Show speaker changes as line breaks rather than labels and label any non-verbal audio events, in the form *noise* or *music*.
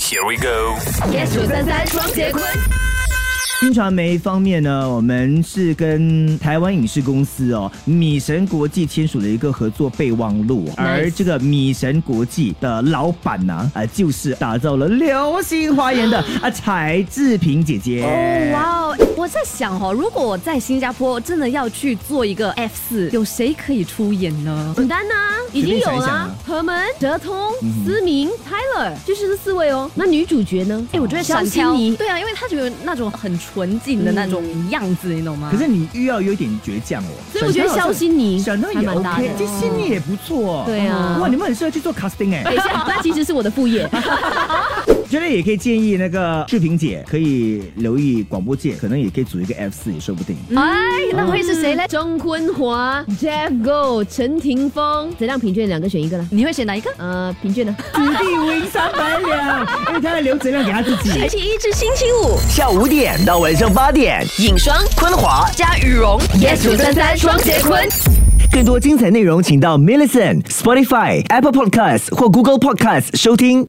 Here we go。
yes 五三三双节棍。
新传媒方面呢，我们是跟台湾影视公司哦米神国际签署了一个合作备忘录，而这个米神国际的老板呢、啊，就是打造了《流星花园》的啊柴智屏姐姐。
哦
Oh,
哇哦！我在想哦，如果我在新加坡真的要去做一个 F 四，有谁可以出演呢？很单呐、已经有
随便想一想
啦
啊，
何门、哲通、思明、Tyler，就是这四位哦。那女主角呢？哎，我觉得
小
闪
心
挑
你，
对啊，因为她就有那种很纯净的那种样子，你懂吗？
可是你又要有点倔强哦，
所以我觉得肖欣妮
想到
还
也
蛮搭
OK，
的。
这心里也不错、哦。
对啊
哇，你们很适合去做 casting 哎、
等 *laughs* 一下，那其实是我的副业。
觉得也可以建议那个志平姐可以留意广播界，可能也可以组一个 F 四也说不定。
哎，
*laughs* 那会是谁呢？钟坤华、Jeff Go、陈霆锋，怎样评卷两个选一个啦？
你会选哪一个？
呃，评卷呢？
子弟无银三百两，因为他要留质量给他自己。
星期一至星期五，
下午五点到晚上八点，
影双
昆华。
加羽绒。
yes 五三三双节棍。
更多精彩内容，请到 Millison、Spotify、Apple Podcasts 或 Google Podcasts 收听。